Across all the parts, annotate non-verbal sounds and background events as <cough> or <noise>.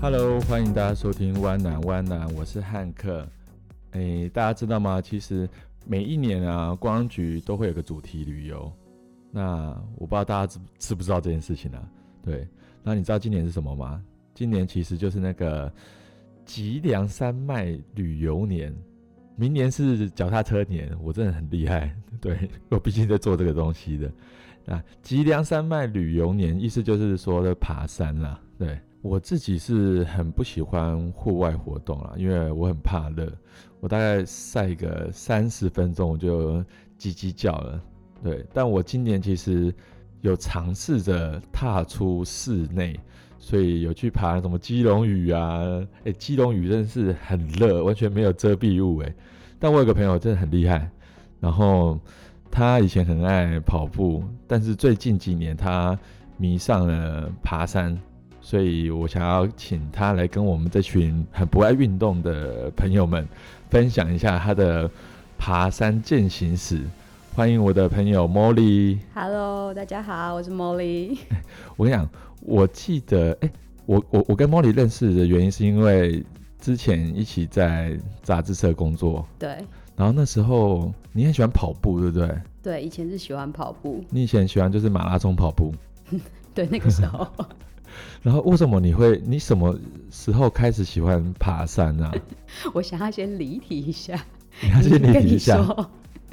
Hello，欢迎大家收听《湾南湾南》，我是汉克。诶，大家知道吗？其实每一年啊，观光局都会有个主题旅游。那我不知道大家知知不知道这件事情啊？对，那你知道今年是什么吗？今年其实就是那个吉良山脉旅游年，明年是脚踏车年。我真的很厉害，对我毕竟在做这个东西的。啊，吉良山脉旅游年，意思就是说的爬山啦。对我自己是很不喜欢户外活动啦，因为我很怕热，我大概晒个三十分钟我就叽叽叫了。对，但我今年其实有尝试着踏出室内，所以有去爬什么基隆屿啊，诶，基隆屿真的是很热，完全没有遮蔽物诶。但我有个朋友真的很厉害，然后他以前很爱跑步，但是最近几年他迷上了爬山，所以我想要请他来跟我们这群很不爱运动的朋友们分享一下他的爬山践行史。欢迎我的朋友 Molly， Hello，大家好，我是 Molly。我跟你讲，我记得，哎、我我我跟 Molly 认识的原因是因为之前一起在杂志社工作，对然后那时候你很喜欢跑步，对不对？对，以前是喜欢跑步，你以前喜欢就是马拉松跑步，对那个 <laughs> 时候，然后为什么你会？你什么时候开始喜欢爬山 <laughs> 啊？我想要先离题一下，你要先理跟解一你下。说， <laughs>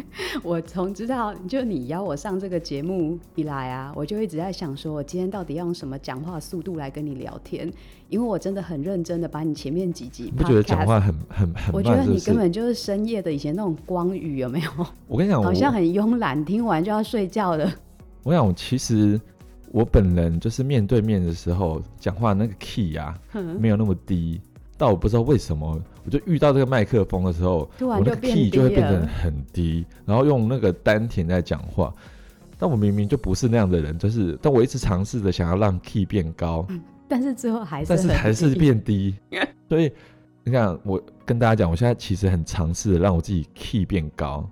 我从知道就你邀我上这个节目以来啊，我就一直在想说，我今天到底要用什么讲话速度来跟你聊天，因为我真的很认真的把你前面几集你 podcast, 不觉得讲话很很我很觉得慢，是你不根是？本就是深夜的以前那种光语有没有？我跟你哦讲，我好像很慵懒，听完就要睡觉了。我想，其实我本人就是面对面的时候讲话那个 key 啊， <laughs> 嗯没有那么低。但我不知道为什么，我就遇到这个麦克风的时候，突我然那就个变 key 就会低变成了很低，然后用那个丹田在讲话。但我明明就不是那样的人，就是，但我一直尝试着想要让 key 变高，但是最后还是但是很还是低变 <laughs> 低。所以你看，我跟大家讲，我现在其实很尝试地让我自己 key 变高，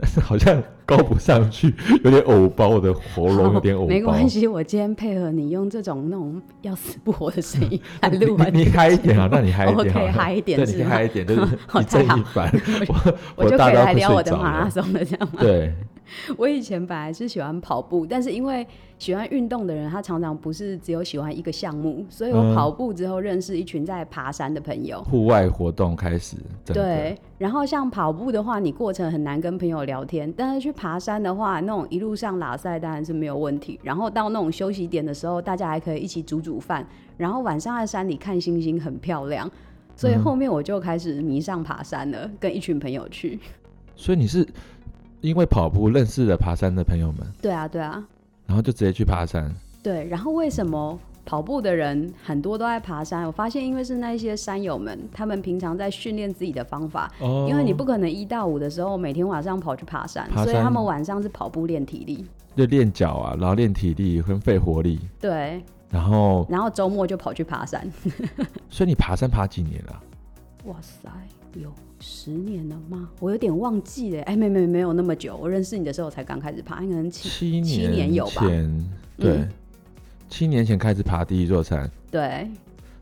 但是好像高不上去，有点偶包，我的喉咙有 <laughs> 点偶没包。关系，我今天配合你用这种那种要死不活的声音来 <laughs> 你录完你你这个嗨一节点啊，目那你嗨一点好了， <laughs> 我可以嗨一点对，是你可以吗嗨一点，就是 <laughs> 好一太正好一反。我我就大可以到来快聊我睡的着马拉了。松了，这样吗？对，我以前本来是喜欢跑步，但是因为喜欢运动的人，他常常不是只有喜欢一个项目，所以嗯我跑步之后认识一群在爬山的朋友。户外活动开始，真的，对，然后像跑步的话，你过程很难跟朋友聊天，但是去爬山的话，那种一路上拉塞当然是没有问题。然后到那种休息点的时候，大家还可以一起煮煮饭，然后晚上在山里看星星很漂亮。所以嗯后面我就开始迷上爬山了，跟一群朋友去。所以你是因为跑步认识了爬山的朋友们，对啊，对啊，然后就直接去爬山。对。然后为什么跑步的人很多都爱爬山？我发现，因为是那一些山友们，他们平常在训练自己的方法，哦因为你不可能一到五的时候每天晚上跑去爬山，爬所以山他们晚上是跑步练体力。就练脚啊，然后练体力跟肺活力，对，然后然后周末就跑去爬山。所以你爬山爬几年了、哇塞，有十年了吗？我有点忘记了。哎，没没没有那么久，我认识你的时候才刚开始爬，应该很七。七年七年有吧嗯前，对，七年前开始爬第一座山。对，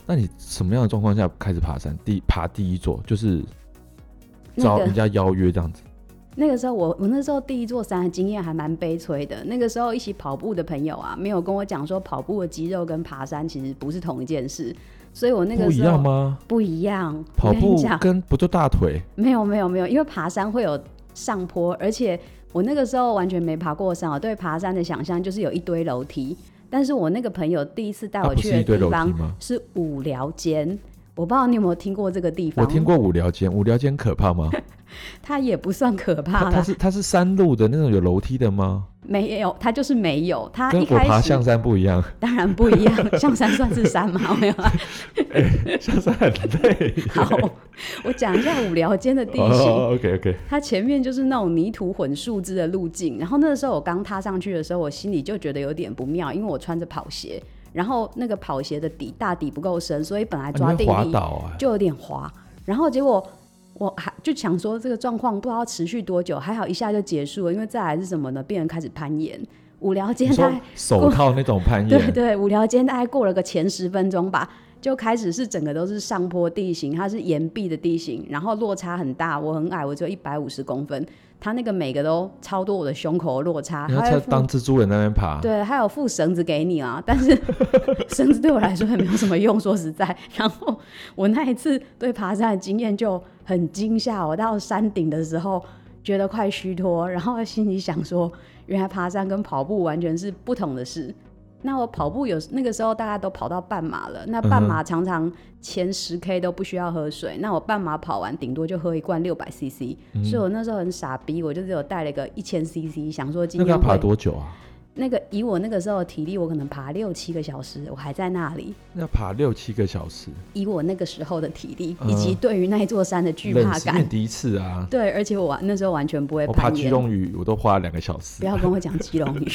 那你什么样的状况下开始爬山？第爬第一座就是那找个人家邀约这样子。那个时候我我那时候第一座山的经验还蛮悲催的。那个时候一起跑步的朋友啊，没有跟我讲说跑步的肌肉跟爬山其实不是同一件事，所以我那个不一时候样吗？不一样。跑我跟步你讲，跟不就大腿？没有没有没有，因为爬山会有上坡，而且我那个时候完全没爬过山，我对爬山的想象就是有一堆楼梯。但是我那个朋友第一次带它哎我啊不去是一的堆地楼梯方吗？是五寮间，我不知道你有没有听过这个地我方。听，过五寮间，五寮间可怕吗？它也不算可怕它它啦，是它是山路的那种有楼梯的吗？没有，它就是没有。它跟一我爬开象始山不 <laughs> 一样，当然不一样，象山算是山吗？没有啊。象山很累。好，我讲一下五寮间的地形。 <laughs> 哦，OK OK，它前面就是那种泥土混树枝的路径。然后那个时候我刚踏上去的时候，我心里就觉得有点不妙，因为我穿着跑鞋，然后那个跑鞋的底大底不够深，所以本来抓你会地滑力倒啊？就有点滑。然后结果我还就想说这个状况不知道持续多久，还好一下就结束了，因为再来是什么呢？病人开始攀岩，无聊间你他说手套那种攀 <laughs> 对岩，对，无聊间大概过了个前十分钟吧，就开始是整个都是上坡地形，它是岩壁的地形，然后落差很大。我很矮，我只有一百五十公分，它那个每个都超多我的胸口的落差。你要它会在附当蜘蛛人那边爬，对，还有附绳子给你啊，但是 <laughs> 绳子对我来说也没有什么用，说实在。然后我那一次对爬山的经验就很惊吓，我到山顶的时候觉得快虚脱，然后心里想说，原来爬山跟跑步完全是不同的事。那我跑步有那个时候大概都跑到半马了，那半马常常前十 K 都不需要喝水，那我半马跑完顶多就喝一罐六百 CC，、所嗯以我那时候很傻逼，我就只有带了一个一千 CC，想说今那天个要爬会多久啊？那个以我那个时候的体力，我可能爬六七个小时，我还在那里。要爬六七个小时，以我那个时候的体力，嗯以及对于那座山的惧认怕识因为感，第一次啊，对，而且我完那时候完全不会我爬攀巨岩。龙屿我都花了两个小时不，要跟我讲基隆语，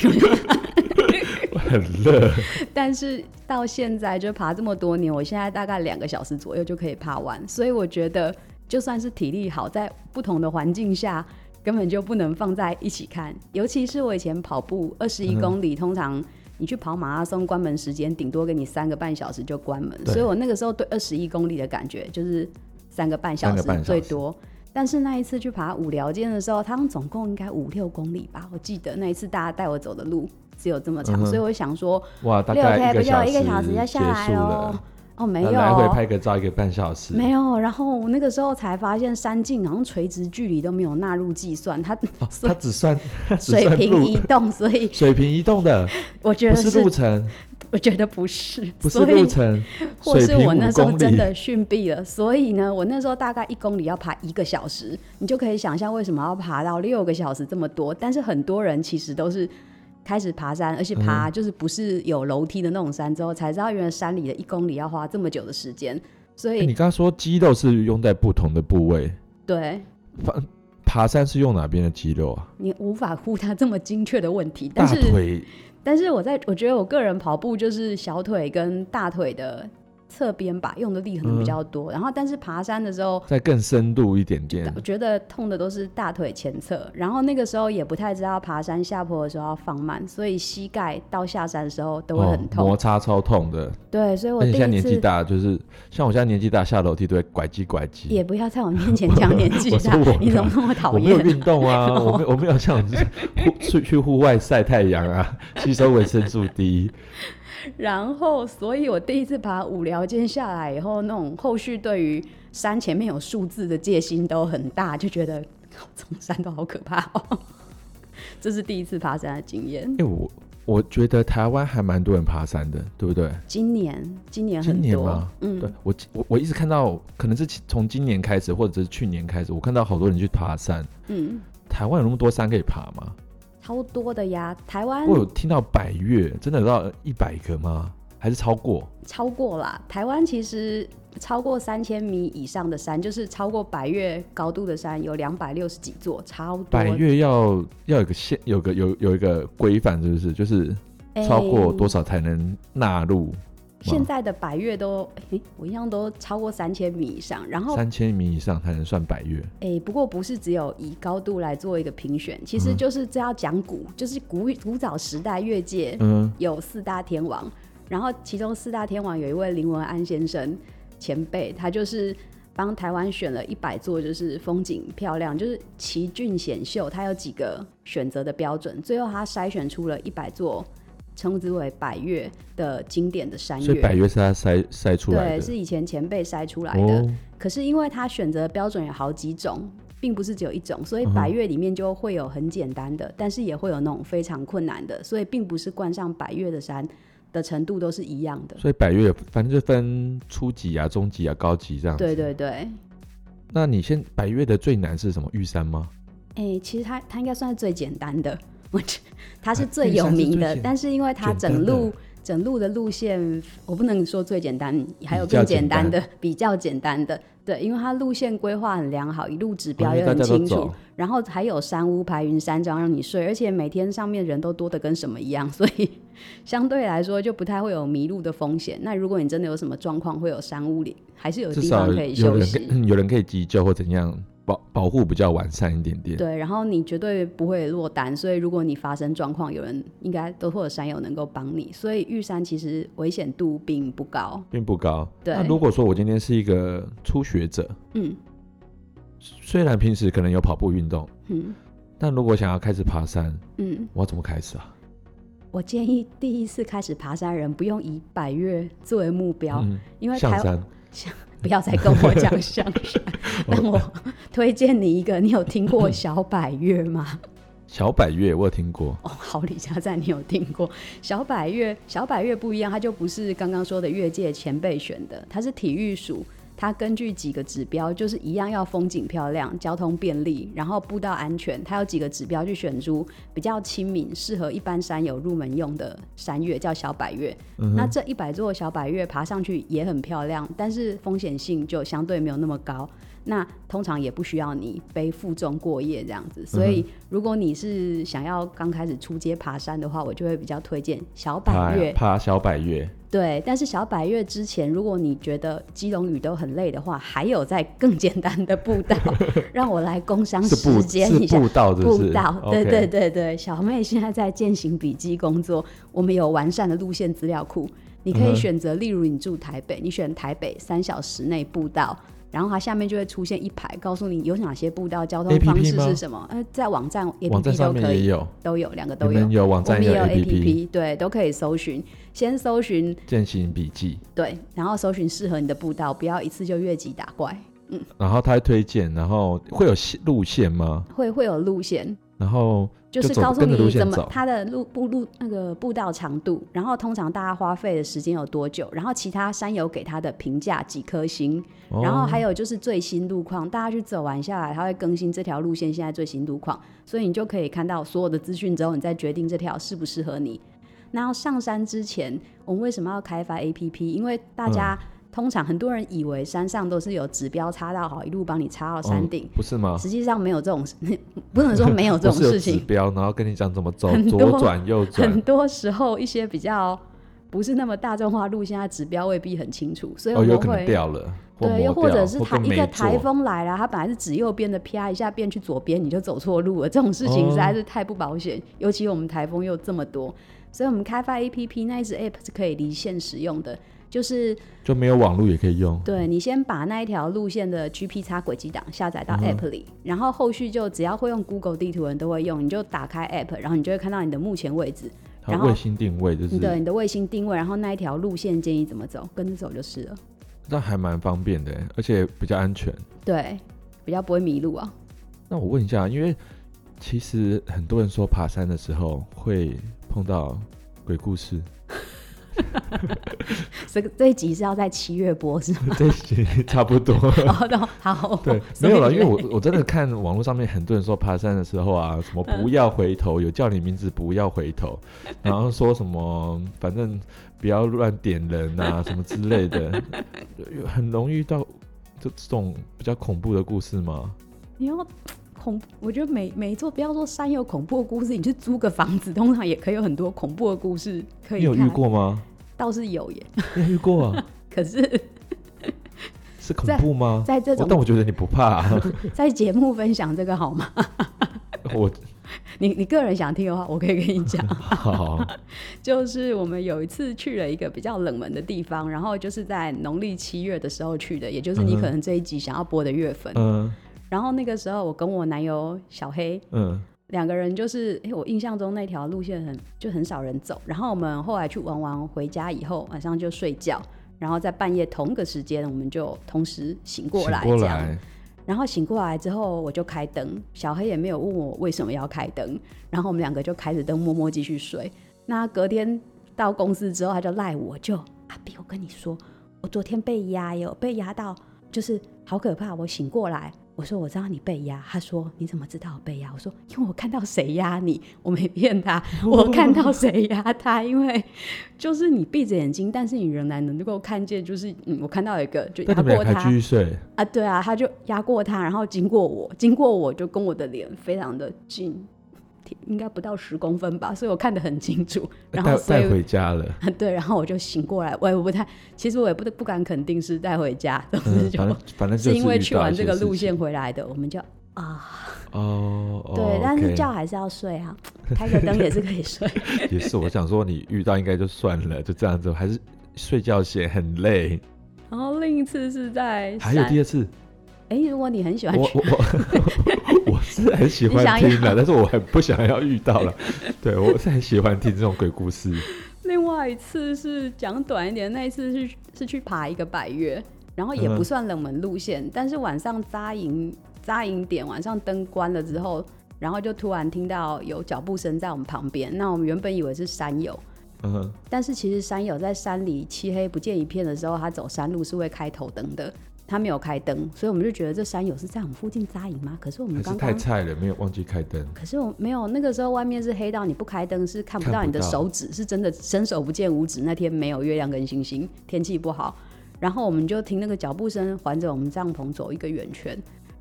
<laughs> 很热。但是到现在就爬这么多年，我现在大概两个小时左右就可以爬完，所以我觉得就算是体力好，在不同的环境下根本就不能放在一起看。尤其是我以前跑步二十一嗯公里，通常你去跑马拉松，关门时间顶多给你三个半小时就关门，对所以我那个时候对二十一公里的感觉就是三个半三小个时半小时最多。但是那一次去爬五寮间的时候，它总共应该五六公里吧，我记得那一次大家带我走的路只有这么长，嗯哼所以我想说，哇，大六概 K 不个就有小一个小时就结下来束喽了，？哦，没有那，来回拍个照一个半小时，没有。然后我那个时候才发现，山径好像垂直距离都没有纳入计算，它哦它只 <laughs> 算它只水算平路移动，所以水平移动 <laughs> 的，我觉不得是路程，我觉得不是，不是所以路程， <laughs> 或水是平我那五时候公真里。的逊毙了，所以呢，我那时候大概一公里要爬一个小时，你就可以想象为什么要爬到六个小时这么多。但是很多人其实都是开始爬山，而且嗯爬就是不是有楼梯的那种山之后，才知道原来山里的一公里要花这么久的时间。所哎以、你刚刚说肌肉是用在不同的部位，对爬爬山是用哪边的肌肉啊？你无法呼他这么精确的问题，但大是腿但是我在我觉得我个人跑步就是小腿跟大腿的侧边吧，用的力嗯可能比较多。然后但是爬山的时候。再更深度一点点我，觉得痛的都是大腿前侧，然后那个时候也不太知道爬山下坡的时候要放慢，所以膝盖到下山的时候都会哦很，痛。摩擦超痛的。对，所以我而且第现在一年纪次大，就是像我现在年纪大，下楼梯都会拐机拐也机。不要在我面前讲年纪我大说我，你怎么那么讨我没有厌？运动 <laughs> 啊，我没有我没有像你这样户去去户外晒太阳啊，吸收维生素 D。然后，所以我第一次爬五寮间下来以后，那种后续对于山前面有数字的戒心都很大，就觉得靠这种山都好可怕哦。 <laughs> 这是第一次爬山的经验。哎、我我觉得台湾还蛮多人爬山的，对不对？今年，今年今很年多吗，嗯，对我我我一直看到，可能是其从今年开始，或者是去年开始，我看到好多人去爬山。嗯，台湾有那么多山可以爬吗？超多的呀。台湾我有听到百越，真的有到一百个吗？还是超过？超过啦，台湾其实超过三千米以上的山，就是超过百越高度的山，有两百六十几座，超多。百越要要有个限，有个有有一个规范，是不是？就是超过多少？少才能纳入现在的百越都，诶我一样都超过三千米以上。然后，三千米以上才能算百越？诶，不过不是只有以高度来做一个评选，其嗯实就是这要讲古，就是古古早时代越界，嗯，有四大天王，然后其中四大天王有一位林文安先生前辈，他就是帮台湾选了一百座，就是风景漂亮，就是奇俊险秀，他有几个选择的标准，最后他筛选出了一百座称之为百越的经典的山所以百岳。越是他筛筛出来对，的。是以前前辈筛出来的。哦，可是因为他选择的标准有好几种，并不是只有一种，所以嗯哼百越里面就会有很简单的，但是也会有那种非常困难的，所以并不是冠上百越的山的程度都是一样的。所以百越反正就分初级啊、中级啊、高级这样子。对对对，哎、那你先百越的最难是什么？玉山吗？哎其实它它应该算是最简单的，我觉它是最玉山有是最名 <laughs> 的，简但是因为它简单整路的整路的路线，我不能说最简单，还有比较更简简单单的，比较简单的，对，因为它路线规划很良好，一路指标因也为大很家都清楚，走，然后还有山屋、排云山庄让你睡，而且每天上面人都多得跟什么一样， <laughs> 所以相对来说就不太会有迷路的风险。那如果你真的有什么状况，会有山屋里还是有至地少方可以有休人息。可有人可以急救或怎样，保保护比较完善一点点。对，然后你绝对不会落单，所以如果你发生状况，有人应该都会有山友能够帮你，所以玉山其实危险度并不高。并不高。对那如果说我今天是一个初学者，嗯虽然平时可能有跑步运动，嗯但如果想要开始爬山，嗯，我要怎么开始啊？我建议第一次开始爬山人不用以百越作为目标，嗯，因为 <laughs> 象台山，不要再跟我讲象山，让我推荐你一个，你有听过小百越吗？ <laughs> 小百越我有听过，哦，好，李佳赞，你有听过小百越？小百越不一样，它就不是刚刚说的越界前辈选的，它是体育署，它根据几个指标，就是一样要风景漂亮、交通便利，然后步道安全，它有几个指标去选出比较亲民、适合一般山友入门用的山岳，叫小百越。嗯那这一百座小百越爬上去也很漂亮，但是风险性就相对没有那么高。那通常也不需要你背负重过夜这样子，所嗯以如果你是想要刚开始出街爬山的话，我就会比较推荐小爬百越。爬小百越，对，但是小百越之前，如果你觉得基隆屿都很累的话，还有在更简单的步 <laughs> 道，让我来工商是步时间是一下。步道，是不步是？道，对 OK 对对对，小妹现在在践行笔记工作，我们有完善的路线资料库，你可嗯以哼选择，例如你住台北，你选台北三小时内步道，然后它下面就会出现一排，告诉你有哪些步道，交通 APP 方式吗是什么，呃，在网站 APP 网站上都可面以也有，都有，两个你都有们，有网我站们也有 APP APP，对，都可以搜寻，先搜寻践行笔记，对，然后搜寻适合你的步道，不要一次就越级打怪，然后它会推荐，然后会有线路线吗？会会有路线，然后就是走告诉跟着路你线怎么走它的路步路那个步道长度，然后通常大家花费的时间有多久，然后其他山友给它的评价几颗星，哦然后还有就是最新路况，大家去走完下来，它会更新这条路线现在最新路况，所以你就可以看到所有的资讯之后，你再决定这条适不适合你。那要上山之前，我们为什么要开发 APP？因为大家、嗯通常很多人以为山上都是有指标插到好，一路帮你插到山嗯顶，不是吗？实际上没有这种， <laughs> 不能说没有这不种是有事指 <laughs> 情。标，然后跟你讲怎么走，很多左转右很转，多时候一些比较不是那么大众化路线，它指标未必很清楚，所以哦，我们有可能会、掉了，对，又磨或者掉是或台跟一没个台做风来了，它本来是指右边的，啪一下变去左边，你就走错路了。这种事情哦实在是太不保险，尤其我们台风又这么多，所以我们开发 APP 那一只 App 是可以离线使用的。就是就没有网络也可以用。对你先把那一条路线的 GP 叉轨迹档下载到嗯哼 App 里，然后后续就只要会用 Google 地图的人都会用，你就打开 App，然后你就会看到你的目前位置，它然后卫星定位就是，对你的卫星定位，然后那一条路线建议怎么走，跟着走就是了。那还蛮方便的，而且比较安全。对，比较不会迷路啊。那我问一下，因为其实很多人说爬山的时候会碰到鬼故事， <laughs> 这个这一集是要在七月播 <laughs> 是吗？这些差不多。哦，那好，对，所没有了，以因为我我真的看网络上面很多人说爬山的时候啊，什么不要回头，有叫你名字不要回 <laughs> 头，然后说什么反正不要乱点人啊，什么之类 <laughs> 的，很容易遇到这这种比较恐怖的故事吗？你要恐，我觉得每每一座不要说山有恐怖的故事，你去租个房子，通常也可以有很多恐怖的故事可你以有看。遇过吗？倒是有耶，你有遇过、 <laughs> 啊？可是是恐在怖吗？在这我种但我觉得你不怕、 <laughs> 啊，在节目分享这个好吗？我你你个人想听的话，我可以跟 <laughs> 你讲。好，就是我们有一次去了一个比较冷门的地方，然后就是在农历七月的时候去的，也就是嗯你哼可能这一集想要播的月份。嗯然后那个时候，我跟我男友小黑嗯，两个人，就是诶，我印象中那条路线很就很少人走。然后我们后来去玩完回家以后，晚上就睡觉，然后在半夜同个时间，我们就同时醒过来醒过这样。来，然后醒过来之后，我就开灯，小黑也没有问我为什么要开灯，然后我们两个就开着灯默默继续睡。那隔天到公司之后，他就赖我就，阿比，我跟你说，我昨天被压哟，被压到就是好可怕，我醒过来。我说我知道你被压，他说你怎么知道我被压？我说因为我看到谁压你，我没骗他， <laughs> 我看到谁压他，因为就是你闭着眼睛，但是你仍然能够看见，就是嗯，我看到一个就压但你们过俩还他，继续睡，呃啊，对啊，他就压过他，然后经过我，经过我就跟我的脸非常的近，应该不到十公分吧，所以我看得很清楚。然后呃带所以带回家了。 <laughs> 对，然后我就醒过来，我也不太，其实我也不不敢肯定是带回家，总嗯，之 <laughs> 就、反正反正就是因为遇去到一完些这个事路情线回来的，我们就啊，哦，哦对，但是 OK <laughs> 觉还是要睡啊，开个灯也是可以睡。 <laughs> 也是，我想说你遇到应该就算了，就这样子，还是睡觉前很 <laughs> 累。然后另一次是在还有闪第二次，哎，如果你很喜欢我去，我我 <laughs> 我是很喜欢想听的，要但是我很不想要遇到了。对我是很喜欢听这种鬼故事。另外一次是讲短一点，那一次是是去爬一个百越，然后也嗯不算冷门路线，但是晚上扎营扎营点，晚上灯关了之后，然后就突然听到有脚步声在我们旁边，那我们原本以为是山友。嗯哼，但是其实山友在山里漆黑不见一片的时候，他走山路是会开头灯的，他没有开灯，所以我们就觉得这山友是在我们附近扎营吗？可是我们还是刚太刚，菜了，没有忘记开灯。 <laughs> 可是我没有，那个时候外面是黑到你不开灯是看不到看你不的到手指，是真的伸手不见五指。那天没有月亮跟星星，天气不好，然后我们就听那个脚步声环着我们帐篷走一个圆圈，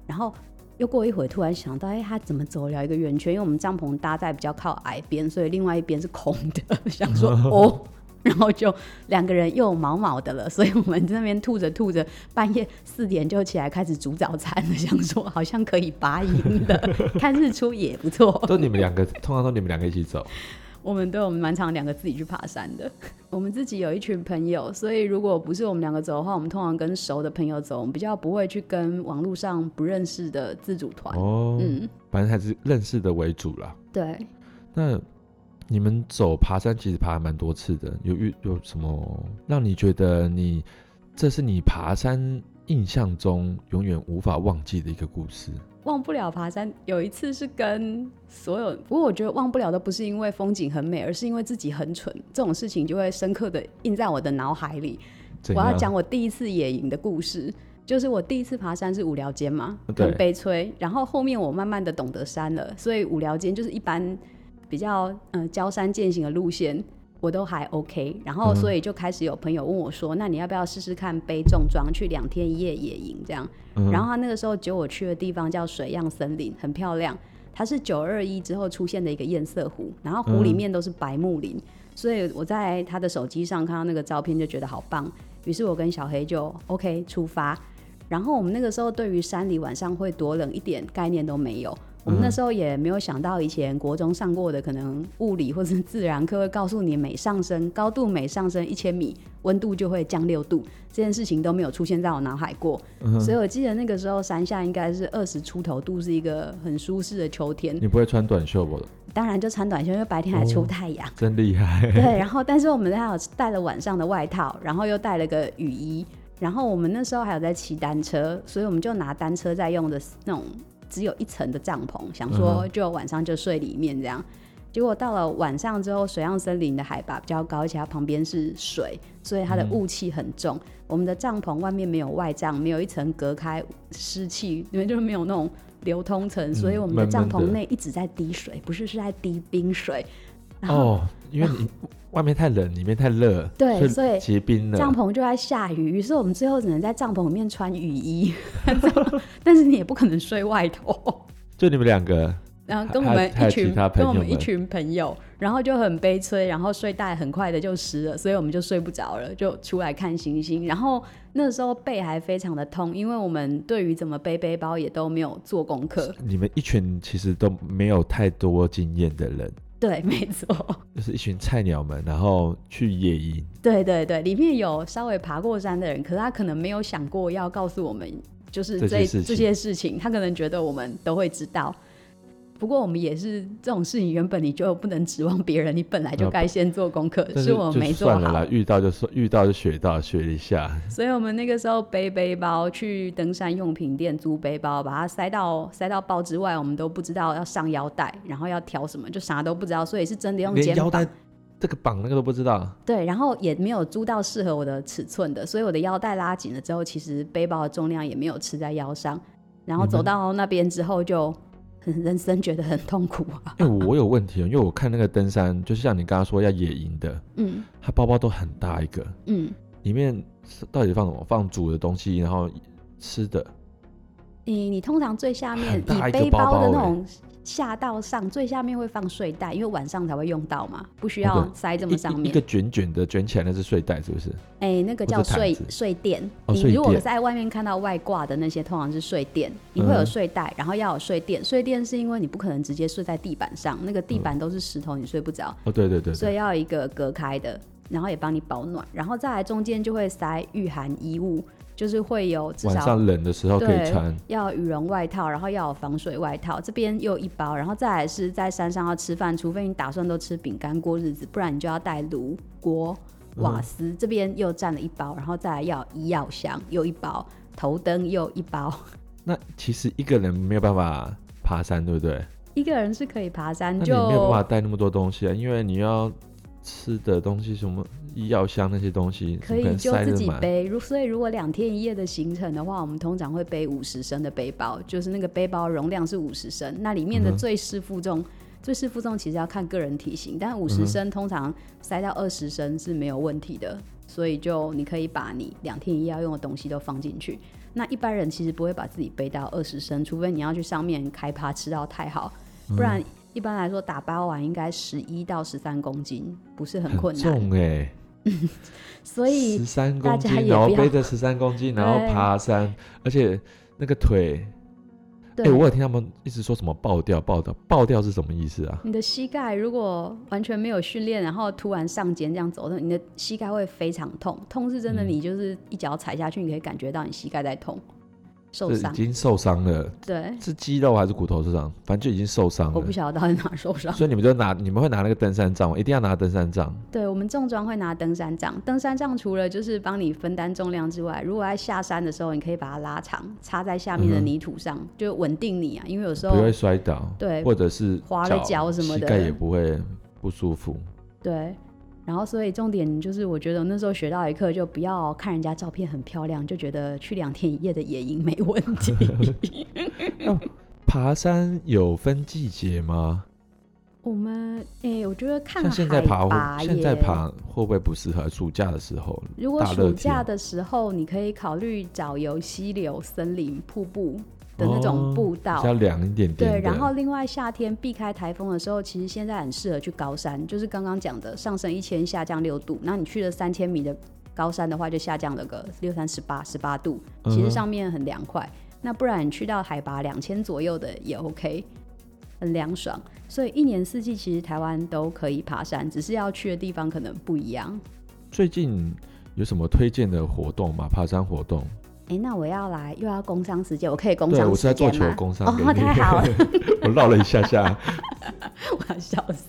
然后。又过一会儿，突然想到，哎、他怎么走了一个圆圈？因为我们帐篷搭在比较靠矮边，所以另外一边是空的。 <laughs> 想 <laughs> 说，哦，然后就两个人又毛毛的了，所以我们这边吐着吐着，半夜四点就起来开始煮早餐了，想说好像可以拔营的，看日出也不错。 <laughs> 都你们两个，通常都你们两个一起走。我们对我们蛮常两个自己去爬山的，我们自己有一群朋友，所以如果不是我们两个走的话，我们通常跟熟的朋友走，我们比较不会去跟网络上不认识的自主团。哦，嗯，反正还是认识的为主啦。对。那你们走爬山其实爬了蛮多次的，有遇有什么让你觉得你这是你爬山印象中永远无法忘记的一个故事？忘不了爬山，有一次是跟所有，不过我觉得忘不了的不是因为风景很美，而是因为自己很蠢，这种事情就会深刻的印在我的脑海里。怎我样要讲我第一次野营的故事，就是我第一次爬山是五寮尖嘛，对很悲催。然后后面我慢慢的懂得山了，所以五寮尖就是一般比较嗯、呃、交山践行的路线。我都还 OK，然后嗯所以就开始有朋友问我说：“那你要不要试试看背重装去两天一夜野营这样？”嗯然后他那个时候九我去的地方叫水漾森林，很漂亮。它是九二一之后出现的一个堰塞湖，然后湖里嗯面都是白木林，所以我在他的手机上看到那个照片就觉得好棒。于是我跟小黑就 OK 出发。然后我们那个时候对于山里晚上会多冷一点概念都没有，我们那时候也没有想到以前国中上过的可能物理或是自然课会告诉你每上升高度每上升一千米温度就会降六度这件事情都没有出现在我脑海过，所以我记得那个时候山下应该是二十出头度，是一个很舒适的秋天。你不会穿短袖吧？当然就穿短袖，因为白天还出太阳。真厉害！ <laughs> 对，然后但是我们还有带了晚上的外套，然后又带了个雨衣，然后我们那时候还有在骑单车，所以我们就拿单车在用的那种只有一层的帐篷，想嗯说哼就晚上就睡里面这样。结果到了晚上之后，水漾森林的海拔比较高，而且它旁边是水，所以它的嗯雾气很重。我们的帐篷外面没有外帐，没有一层隔开湿气，因为就是没有那种流通层，所以我们的嗯闷闷帐篷的内一直在滴水，不是是在滴冰水。 <laughs> 然后哦，因为你外面太冷，里面太热，对所以结冰了。帐篷就在下雨，于是我们最后只能在帐篷里面穿雨衣， <laughs> 但是你也不可能睡外 <laughs> 头。就你们两个，然后跟还我们还有一其群他朋跟友我们们一群朋友，然后就很悲催，然后睡袋很快的就湿了，所以我们就睡不着了，就出来看星星。然后那时候背还非常的痛，因为我们对于怎么背背包也都没有做功课。 <laughs> 你们一群其实都没有太多经验的人，对，没错。就是一群菜鸟们，然后去野营。对对对，里面有稍微爬过山的人，可是他可能没有想过要告诉我们，就是这些这事情这些事情，他可能觉得我们都会知道。不过我们也是这种事情，原本你就不能指望别人，你本来就那该先做功课，啊但是我就没做算了好啦，。遇到就算，遇到就学到，学一下。所以我们那个时候背背包去登山用品店租背包，把它塞到塞到包之外，我们都不知道要上腰带，然后要挑什么，就啥都不知道，所以是真的用连肩腰膀带这个绑那个都不知道。对，然后也没有租到适合我的尺寸的，所以我的腰带拉紧了之后，其实背包的重量也没有吃在腰上。然后你们走到那边之后就，很 <laughs> 人生觉得很痛苦啊。哎、我有问题 <laughs> 哦，因为我看那个登山，就是像你刚刚说要野营的，嗯它包包都很大一个，嗯，里面是到底放什么？放煮的东西，然后吃的，你你通常最下面很以大一个背包包的欸那种下到上，最下面会放睡袋，因为晚上才会用到嘛，不需哦要对塞这一么上一一面个。卷卷的卷起来那是睡袋，是不是？哎、那个或者叫毯睡子睡垫。哦睡你如果垫在外面看到外挂的那些，通常是睡垫，你会有嗯睡袋，然后要有睡垫。睡垫是因为你不可能直接睡在地板上，那个地板都是石头，你睡不着。哦，嗯对对对所对，以要有一个隔开的，然后也帮你保暖，然后再来中间就会塞御寒衣物，就是会有至晚少上冷的时候可以对穿。要羽绒外套，然后要有防水外套，这边又一包，然后再来是在山上要吃饭，除非你打算都吃饼干过日子，不然你就要带炉锅。瓦斯这边又占了一包，然后再来要有医药箱又一包，头灯又一包。 <laughs> 那其实一个人没有办法爬山，对不对？一个人是可以爬山，那你就没有办法带那么多东西啊，因为你要吃的东西，什么医药箱那些东西，可怎么以能就塞自得己满。背。如所以如果两天一夜的行程的话，我们通常会背五十升的背包，就是那个背包容量是五十升，那里面的嗯哼最适负重。最适负重其实要看个人体型，但五嗯十哼升通常塞到二十升是没有问题的，所以就你可以把你两天一夜要用的东西都放进去。那一般人其实不会把自己背到二十升，除非你要去上面开趴吃到太好，嗯不然一般来说打包完应该十一到十三公斤，不是很困很难。重哎、所以十三大公家斤，也然后不要背着十三公斤，然后对爬山，而且那个腿，哎、对我有听他们一直说什么爆掉、爆掉、爆掉是什么意思啊？你的膝盖如果完全没有训练，然后突然上肩这样走，你的膝盖会非常痛，痛是真的，嗯你就是一脚踩下去，你可以感觉到你膝盖在痛，受是已伤。经受伤了，对，是肌肉还是骨头受伤？反正就已经受伤我不了。晓得到底哪受伤。所以你们就拿，你们会拿那个登山杖吗，一定要拿登山杖。对我们重装会拿登山杖，登山杖除了就是帮你分担重量之外，如果在下山的时候，你可以把它拉长，插在下面的嗯哼泥土上，就稳定你啊，因为有时不候会摔倒，对或者是滑了脚什么膝的盖也不会不舒服。对，然后所以重点就是，我觉得那时候学到一课，就不要看人家照片很漂亮，就觉得去两天一夜的野营没问 <laughs> 题。爬山有分季节吗？我们诶、我觉得看像现在海爬会，拔现在耶爬会不会不适合？暑假的时候，如果大热暑假天的时候，你可以考虑找有溪流、森林、瀑布的那种哦步道。比较凉一点点的。对，然后另外夏天避开台风的时候，其实现在很适合去高山，就是刚刚讲的上升一千，下降六度。那你去了三千米的高山的话，就下降了个六三十八十八度，其嗯实哼上面很凉快。那不然你去到海拔两千左右的也 OK，很凉爽。所以一年四季其实台湾都可以爬山，只是要去的地方可能不一样。最近有什么推荐的活动吗？爬山活动？哎，那我要来又要工商时间，我可以工对，商我是在时做间球吗？工商给你。哦，太好了。 <laughs> 我绕了一下下。 <laughs> 我要笑死！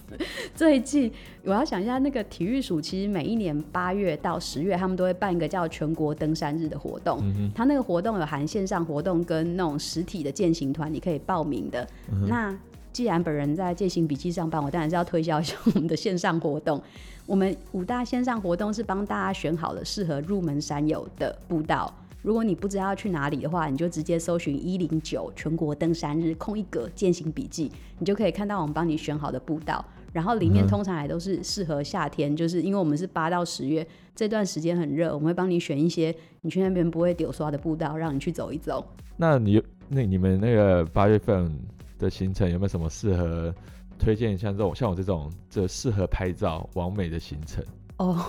最近我要想一下，那个体育署其实每一年八月到十月，他们都会办一个叫全国登山日的活动。嗯哼，它那个活动有含线上活动跟那种实体的践行团，你可以报名的。那既然本人在践行笔记上班，我当然是要推销一下我们的线上活动。 <laughs> 我们五大线上活动是帮大家选好了适合入门山友的步道。如果你不知道要去哪里的话，你就直接搜寻一零九全国登山日空一格践行笔记，你就可以看到我们帮你选好的步道。然后里面嗯通常也都是适合夏天，就是因为我们是八到十月这段时间很热，我们会帮你选一些你去那边不会丢刷的步道，让你去走一走。那你那你们那个八月份的行程有没有什么适合推荐？像这种像我这种这适合拍照完美的行程？哦，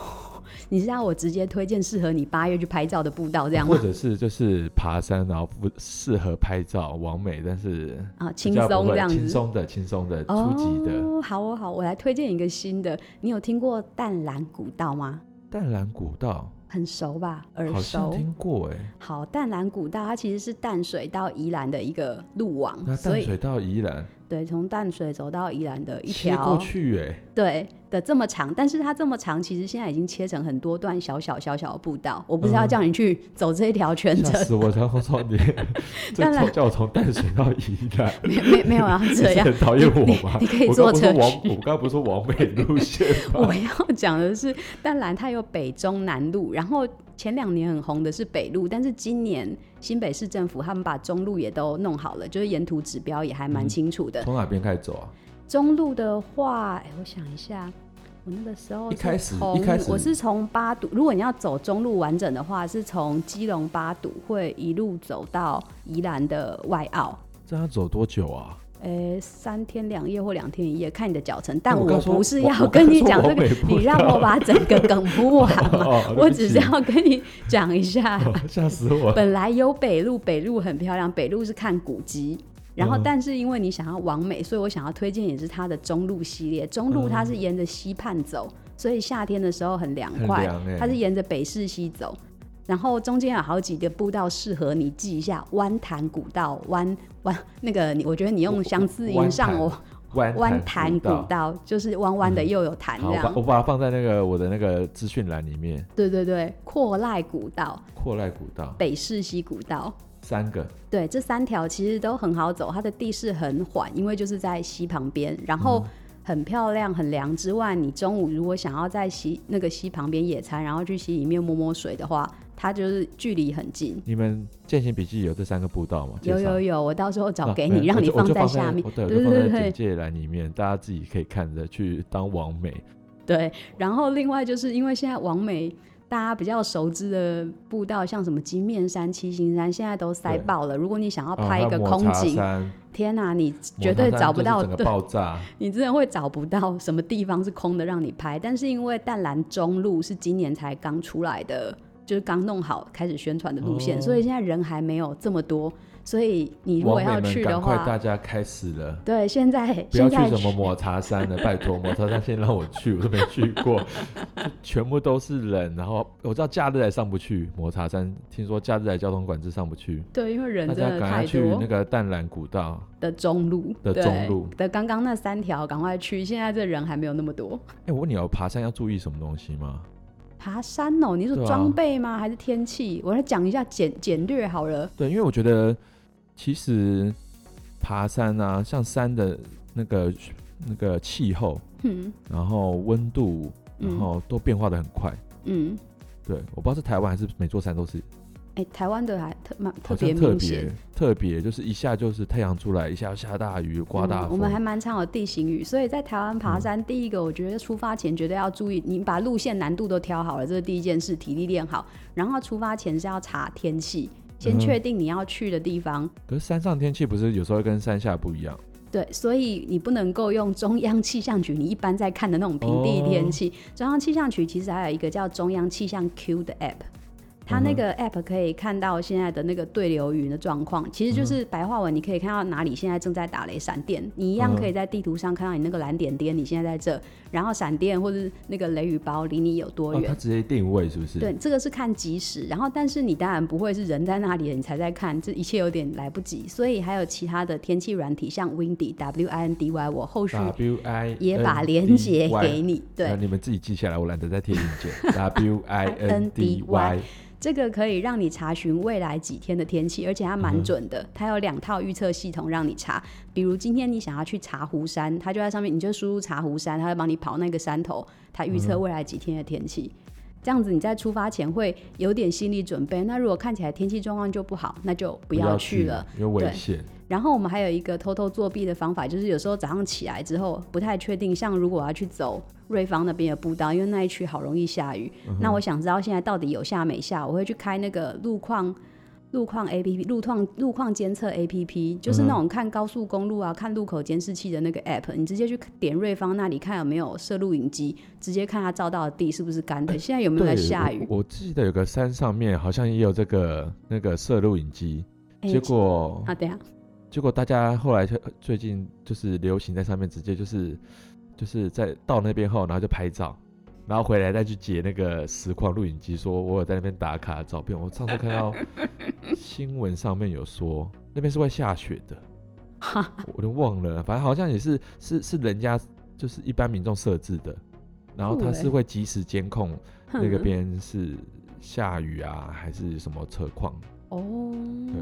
你是让我直接推荐适合你八月去拍照的步道这样或吗？者是就是爬山，然后不适合拍照完美，但是啊，比轻较松不这会样轻子。松的、轻松的、初哦，级的。好哦，好，我来推荐一个新的。你有听过淡蓝古道吗？淡蓝古道很熟吧，耳好像熟。哦听过哎，好，淡蓝古道它其实是淡水到宜兰的一个路网，那所淡以水到宜兰对，从淡水走到宜兰的一切过条去哎，对的这么长，但是它这么长，其实现在已经切成很多段小小小小的步道。我不是要嗯叫你去走这一条全吓程，死我！然后说你这淡蓝从叫我从淡水到宜兰， <laughs> 没没没有要你 <laughs> 这是样。很讨厌我吗？你可以我刚坐不是车说王，去我刚不是说往美路 <laughs> 线我吗？要讲的是，淡蓝它有北中南路，然后前两年很红的是北路，但是今年新北市政府他们把中路也都弄好了，就是沿途指嗯标也还蛮清楚的。从哪边开始走啊？中路的话，哎，我想一下，我那个时候一是开始一从开始我是从八堵，如果你要走中路完整的话，是从基隆八堵会一路走到宜兰的外澳，这样要走多久啊？诶、呃三天两夜或两天一夜，看你的脚程。但我我刚说不是我要我跟刚你说讲往这个北，部你让我把整个梗铺完 <laughs> 嘛。哦我只是要跟你讲一下，对不起 <laughs> 吓死 <laughs> 我了。本来有北路，北路很漂亮，北路是看古迹。然后嗯，但是因为你想要往美，所以我想要推荐也是它的中路系列。中路它是沿着溪畔走，所以夏天的时候很凉快。很凉欸它是沿着北市溪走，然后中间有好几个步道适合你记一下：湾潭古道、湾湾那个你，我觉得你用相似音上我弯湾潭古道。道嗯就是弯弯的又有潭好，这我把样。我把它放在那个我的那个资讯栏里面。对对对，阔赖古道、阔赖古道北市溪古道。三个，对，这三条其实都很好走，它的地势很缓，因为就是在溪旁边，然后很漂亮、很凉之外，你中午如果想要在溪那个溪旁边野餐，然后去溪里面摸摸水的话，它就是距离很近。你们践行笔记有这三个步道吗？有介绍有有，我到时候找啊给没有你，让我你就我就在放下面。我对，我对就放对在对简介栏里面，大家自己可以看着去当网美。对，然后另外就是因为现在王美大家比较熟知的步道，像什么金面山、七星山，现在都塞对爆了。如果你想要啊拍还一有个抹空茶景，山天哪、你抹绝茶对山找就不是到整个对爆炸。你真的会找不到什么地方是空的让你拍。但是因为淡蓝中路是今年才刚出来的，就是刚弄好开始宣传的路线，哦所以现在人还没有这么多。所以 <laughs> 你如果网要美们去的赶快，话，大家开始了。对，现在不要现去在什么抹茶山了，拜托，抹茶山先让我去，我都没去过，就全部都是人。然后我知道假日还上不去抹茶山，听说假日还交通管制上不去，对，因为人大真家的赶快太去多那个淡蓝古道。的中路的对中路的刚刚那三条，赶快去。现在这人还没有那么多。哎、我问你哦，爬山要注意什么东西吗？爬山哦，你说对啊装备吗？还是天气？我来讲一下简简略好了。对，因为我觉得其实爬山啊，像山的那个那个气候，嗯然后温度，然嗯后都变化的很快。嗯，对，我不知道是台湾还是每座山都是哎、台湾的还特蛮特好像别特明显别，特别，就是一下就是太阳出来，一下下大雨，刮大嗯。风。嗯我们还蛮常有地形雨，所以在台湾爬山，第一个我觉得出发前绝对要注意，你把路线难度都挑好了，这是第一件事，体力练好。然后出发前是要查天气，嗯先确定你要去的地方。可是山上天气不是有时候跟山下不一样？对，所以你不能够用中央气象局你一般在看的那种平地哦天气。中央气象局其实还有一个叫中央气象 Q 的 app，它嗯那个 app 可以看到现在的那个对流云的状况，其实嗯就是白话文，你可以看到哪里现在正在打雷闪电，你一样嗯可以在地图上看到你那个蓝点点，你现在在这，然后闪电或者是那个雷雨包离你有多哦，远它。直接定位是不是？对，这个是看即时，然后但是你当然不会是人在那里了，你才在看，这一切有点来不及。所以还有其他的天气软体，像 Windy W I N D Y，我后续，W I 也把链接给你。那对，你们自己记下来，我懒得再贴链 <laughs> 接。W I N D Y，这个可以让你查询未来几天的天气，而且它蛮准的，它有两套预测系统让你查。比如今天你想要去茶壶山，它就在上面，你就输入茶壶山，它会帮你跑那个山头，它预测未来几天的天气。这样子你在出发前会有点心理准备。那如果看起来天气状况就不好，那就不要去了。，因为危对险。然后我们还有一个偷偷作弊的方法，就是有时候早上起来之后不太确定，像如果我要去走瑞芳那边的步道，因为那一区好容易下雨，嗯那我想知道现在到底有下没下，我会去开那个路况。路况 A P P 路况路况监测 A P P 就是那种看高速公路啊、看路口监视器的那个 App，你直接去点瑞芳那里看有没有摄录影机，直接看它照到的地是不是干的，现在有没有对，在下雨？我？我记得有个山上面好像也有这个那个摄录影机，哎结果、啊，等一下，结果大家后来就最近就是流行在上面直接就是就是在到那边后，然后就拍照。然后回来再去截那个实况录影机，说我有在那边打卡的照片。我上次看 <laughs> 到新闻上面有说那边是会下雪的，我都忘了，反正好像也是是是人家就是一般民众设置的，然后酷它欸是会及时监控哼那个边是下雨啊，还是什么车况？哦，对，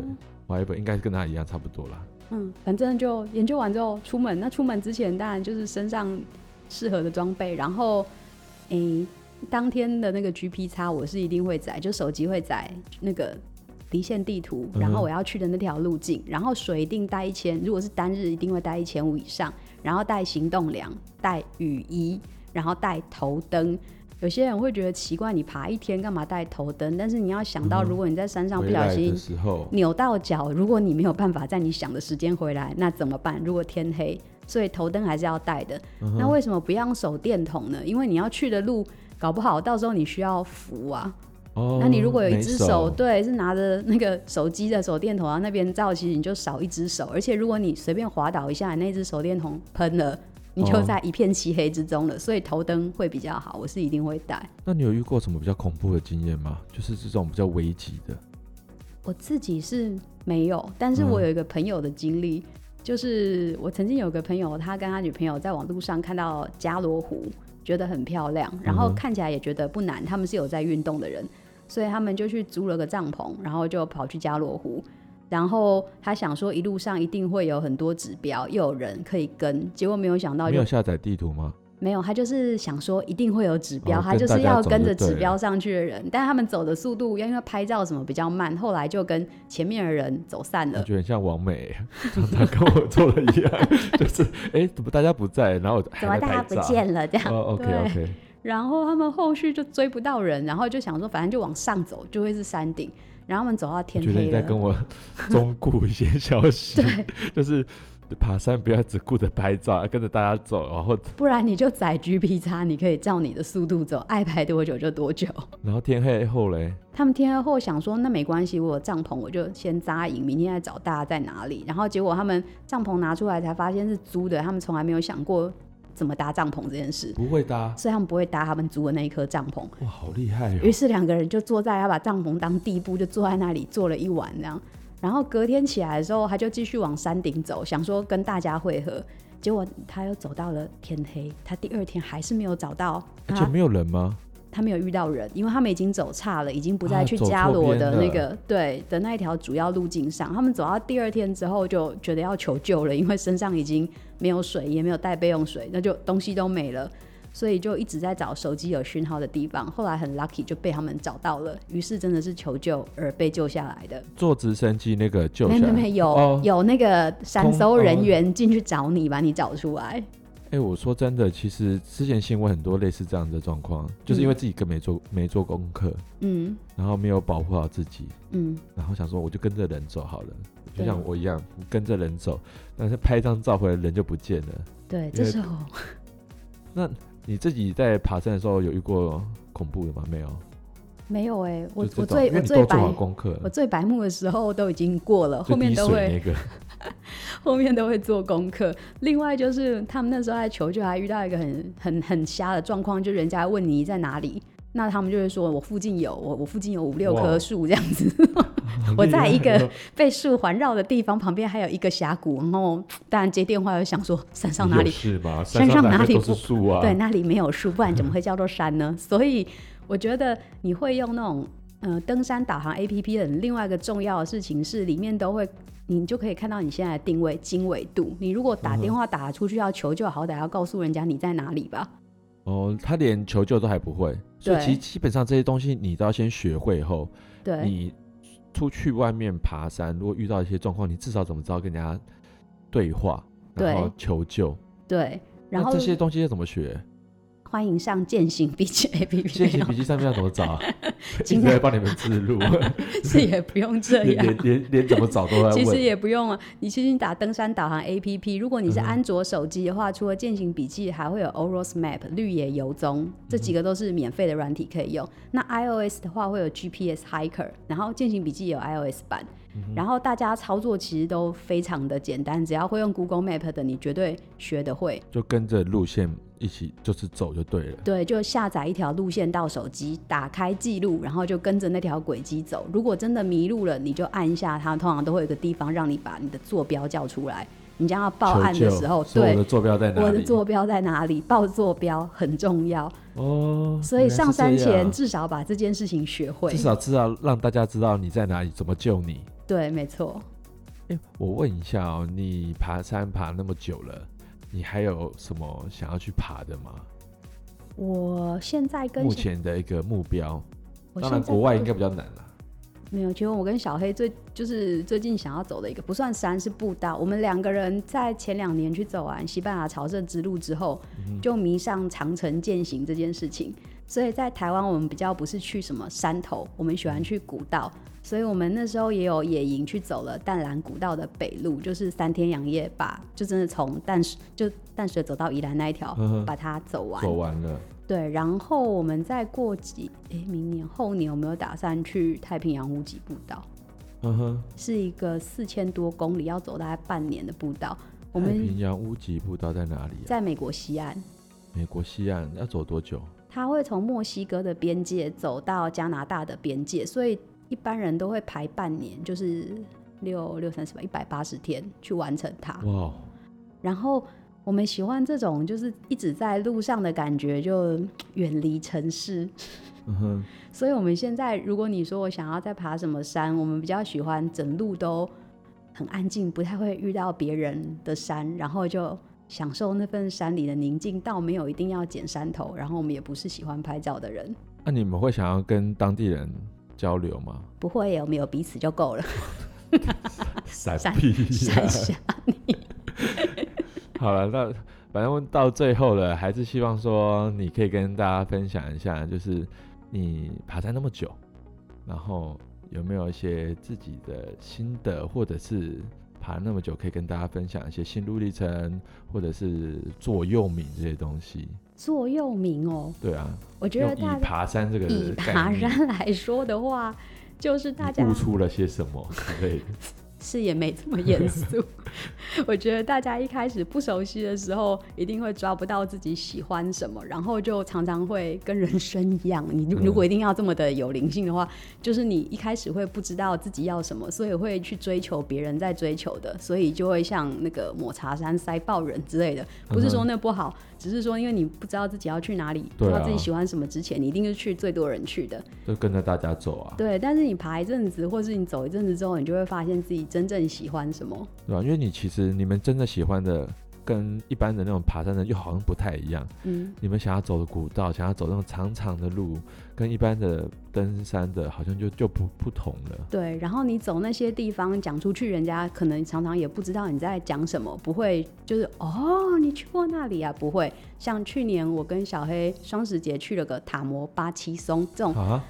我还以为应该是跟他一样差不多啦。嗯，反正就研究完之后出门。那出门之前，当然就是身上适合的装备，然后，诶、当天的那个 G P 叉我是一定会载，就手机会载那个离线地图，然后我要去的那条路径，然后水一定带一千，如果是单日一定会带一千五以上，然后带行动粮，带雨衣。然后带头灯。有些人会觉得奇怪，你爬一天干嘛带头灯？但是你要想到，嗯如果你在山上不回小来心嗯的时候，扭到脚，如果你没有办法在你想的时间回来，那怎么办？如果天黑，所以头灯还是要带的。嗯那为什么不要用手电筒呢？因为你要去的路，搞不好到时候你需要扶啊。哦，那你如果有一只没手，对，是拿着那个手机的手电筒，然后那边照，其实你就少一只手。而且如果你随便滑倒一下，你那只手电筒喷了，你就哦在一片漆黑之中了。所以头灯会比较好，我是一定会带。那你有遇过什么比较恐怖的经验吗？就是这种比较危急的，我自己是没有，但是嗯我有一个朋友的经历，就是我曾经有个朋友，他跟他女朋友在网络上看到加罗湖，觉得很漂亮，然后嗯哼看起来也觉得不难，他们是有在运动的人，所以他们就去租了个帐篷，然后就跑去加罗湖。然后他想说，一路上一定会有很多指标，又有人可以跟，结果没有想到没就有下载地图吗？没有，他就是想说一定会有指标，哦他跟就大是家要走跟就着对指了标上去的人，但他们走的速度因为拍照什么比较慢，后来就跟前面的人走散我了。觉得很像王美，常常跟我做的一样， <laughs> 就是哎、诶怎么大家不在，然后我哎怎 <laughs> 么还在大家拍不照见 <laughs> 了这样？哦，OK 对 OK，然后他们后续就追不到人，然后就想说反正就往上走，就会是山顶。然后他们走到我天觉得黑你在跟了，我忠顾一些消 <laughs> 息，就是爬山不要只顾着拍照，要跟着大家走，然后不然你就载 G P 叉，你可以照你的速度走，爱拍多久就多久。然后天黑后嘞，他们天黑后想说，那没关系，我有帐篷，我就先扎营，明天再找大家在哪里。然后结果他们帐篷拿出来才发现是租的，他们从来没有想过怎么搭帐篷这件事，不会搭，所以他们不会搭他们租的那一颗帐篷。哇，好厉害哦于！是两个人就坐在，他把帐篷当地铺，就坐在那里坐了一晚这样。然后隔天起来的时候，他就继续往山顶走，想说跟大家会合。结果他又走到了天黑，他第二天还是没有找到而他且没有人吗？他没有遇到人，因为他们已经走岔了，已经不再啊去走加错罗边的那了个、对的那一条主要路径上。他们走到第二天之后，就觉得要求救了，因为身上已经没有水，也没有带备用水，那就东西都没了，所以就一直在找手机有讯号的地方。后来很 lucky 就被他们找到了，于是真的是求救而被救下来的。坐直升机那个救没下没来，没有、哦有那个山空搜人哦员进去找你，把你找出来。哎、我说真的，其实之前新闻很多类似这样的状况，就是因为自己跟没做没做功课，嗯然后没有保护好自己，嗯，然后想说我就跟着人走好了，就对像我一样跟着人走，但是拍一张照回来人就不见了。对，因这为时候那你自己在爬山的时候有遇过恐怖的吗？没有，没有哎、我就这我种最因我为你最都做白好功课了，我最白目的时候都已经过了，就后面滴都水会那个，后面都会做功课。另外就是他们那时候在求救，还遇到一个很很很瞎的状况，就人家问你在哪里，那他们就会说我附近有我我附近有五六棵哇哦树这样子。 <laughs> 好 <laughs> 我厉在一害个哦被树环绕的地方，旁边还有一个峡谷，然后当然接电话又想说山上你哪有里事吗？山上哪哪里都不是树啊，嗯对，那里没有树，不然怎么会叫做山呢？所以我觉得你会用那种呃登山导航 APP 的另外一个重要的事情是，里面都会你就可以看到你现在的定位经纬度。你如果打电话打出去要求救，好歹要告诉人家你在哪里吧。哦，他连求救都还不会，所以对其实基本上这些东西你都要先学会后，对，你出去外面爬山，如果遇到一些状况，你至少怎么知道跟人家对话，然对后求救。对。那然后这些东西要怎么 <laughs> 学？欢迎上践行 <laughs> 笔记 APP，先没行有笔记上面要怎么 <laughs> 找？尽应量该帮你们自录，是也不用这连样 <laughs> 连。连连怎么找都在其实问。也不用啊，你其实你打登山导航 APP，如果你是嗯哼安卓手机的话，除了践行笔记，还会有 Oros Map、绿野游嗯踪，这几个都是免费的软体可以用。那 iOS 的话会有 GPS Hiker，然后践行笔记也有 iOS 版。嗯然后大家操作其实都非常的简单，只要会用 Google Map 的，你绝对学得会。就跟着路线一起就是走就对了。对，就下载一条路线到手机，打开记录，然后就跟着那条轨迹走。如果真的迷路了，你就按一下它，通常都会有一个地方让你把你的坐标叫出来。你将要报案求的救时候，说我对的，坐标在哪里？我的坐标在哪里？报坐标很重要，哦，所以原来是上山这样前至少把这件事情学会至。少知道让大家知道你在哪里，怎么救你。对，没错。哎，我问一下哦，你爬山爬那么久了，你还有什么想要去爬的吗？我现在跟目前的一个目标，我当现然在国外应该比较难啦。啊没有，其实我跟小黑最就是最近想要走的一个不算山是步道，我们两个人在前两年去走完西班牙朝圣之路之后，嗯就迷上长城践行这件事情。所以在台湾我们比较不是去什么山头，我们喜欢去古道，所以我们那时候也有野营去走了淡蓝古道的北路，就是三天两夜把就真的从淡水就淡水走到宜兰那一条嗯，哼把它走完。走完了，对，然后我们再过几诶，明年后年有没有打算去太平洋屋脊步道？嗯哼，是一个四千多公里，要走大概半年的步道。我太们平洋屋脊步道在哪里、啊？在美国西岸，美国西岸要走多久？它会从墨西哥的边界走到加拿大的边界，所以一般人都会排半年，就是六六三十吧，一百八十天去完成它。哇，哦然后我们喜欢这种就是一直在路上的感觉，就嗯远离城市。嗯哼，所以我们现在，如果你说我想要再爬什么山，我们比较喜欢整路都很安静，不太会遇到别人的山，然后就享受那份山里的宁静，倒没有一定要捡山头。然后我们也不是喜欢拍照的人，那、你们会想要跟当地人交流吗？不会耶，我们有彼此就够了。 <laughs> 闪闪避山下， <laughs> 好了，那反正到最后了，还是希望说你可以跟大家分享一下，就是你爬山那么久，然后有没有一些自己的心得，或者是爬那么久可以跟大家分享一些心路历程，或者是座右铭这些东西？座右铭哦，对啊，我觉用得以大家爬山这个以概爬念，山来说的话，就是大你家悟出了些什么 <laughs> 之类的？是也没这么严肃。 <laughs> 我觉得大家一开始不熟悉的时候，一定会抓不到自己喜欢什么，然后就常常会跟人生一样，你如嗯如果一定要这么的有灵性的话，就是你一开始会不知道自己要什么，所以会去追求别人在追求的，所以就会像那个抹茶山塞爆人之类的。不是说那不好，只是说因为你不知道自己要去哪里，嗯不对知啊道自己喜欢什么之前，你一定是去最多人去的。就跟着大家走啊，对，但是你爬一阵子，或是你走一阵子之后，你就会发现自己真正喜欢什么。对吧、因为你其实你们真的喜欢的，跟一般的那种爬山的又好像不太一样。嗯，你们想要走的古道，想要走那种长长的路，跟一般的登山的，好像就就不不同了。对。然后你走那些地方讲出去，人家可能常常也不知道你在讲什么，不会就是哦，你去过那里啊？不会。像去年我跟小黑双十节去了个塔摩八七松这种，啊，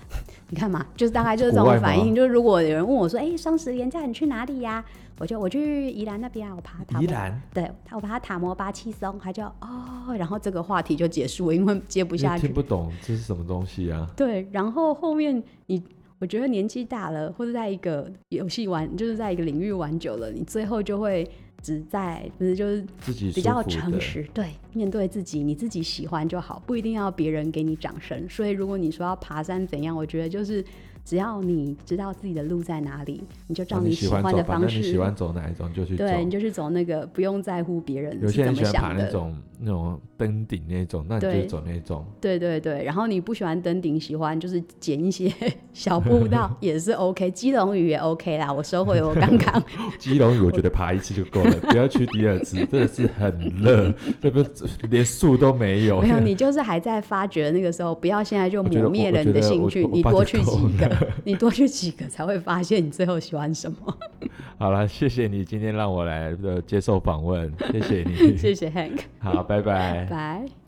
你看嘛，就是大概就是这国种外吗反应。就是如果有人问我说，哎、双十连假你去哪里呀、我就我去宜兰那边啊，我爬塔摩宜兰对，我爬塔摩八七松，他就哦，然后这个话题就结束了，因为接不因为下去听。不懂这是什么东西啊？对，然后后面你，我觉得年纪大了，或者在一个游戏玩，就是在一个领域玩久了，你最后就会只在，不是就是自己舒比较服诚的实，对，面对自己，你自己喜欢就好，不一定要别人给你掌声。所以如果你说要爬山怎样，我觉得就是只要你知道自己的路在哪里，你就啊照你喜喜欢欢走，的反方正你喜式。欢走哪一种就去走。对，你就去走那个不用在乎别人有是些怎人么喜欢爬想那的。种那种登顶那种，那你对就走那种。对对对，然后你不喜欢登顶，喜欢就是捡一些小步道也是 OK，基隆屿也 OK 啦。我收回我刚刚基隆屿我觉得爬一次就够 <laughs> 了，不要去第二次，真的是很热，这不连树都没有。没有，你就是还在发掘那个时候，不要现在就我觉得磨灭我了你的我觉得兴我趣，我你发多觉去够几个，你多去几个才会发现你最后喜欢什么。好了，谢谢你 <laughs> 今天让我来呃接受访问，谢谢你。谢谢 Hank，好，拜拜。拜。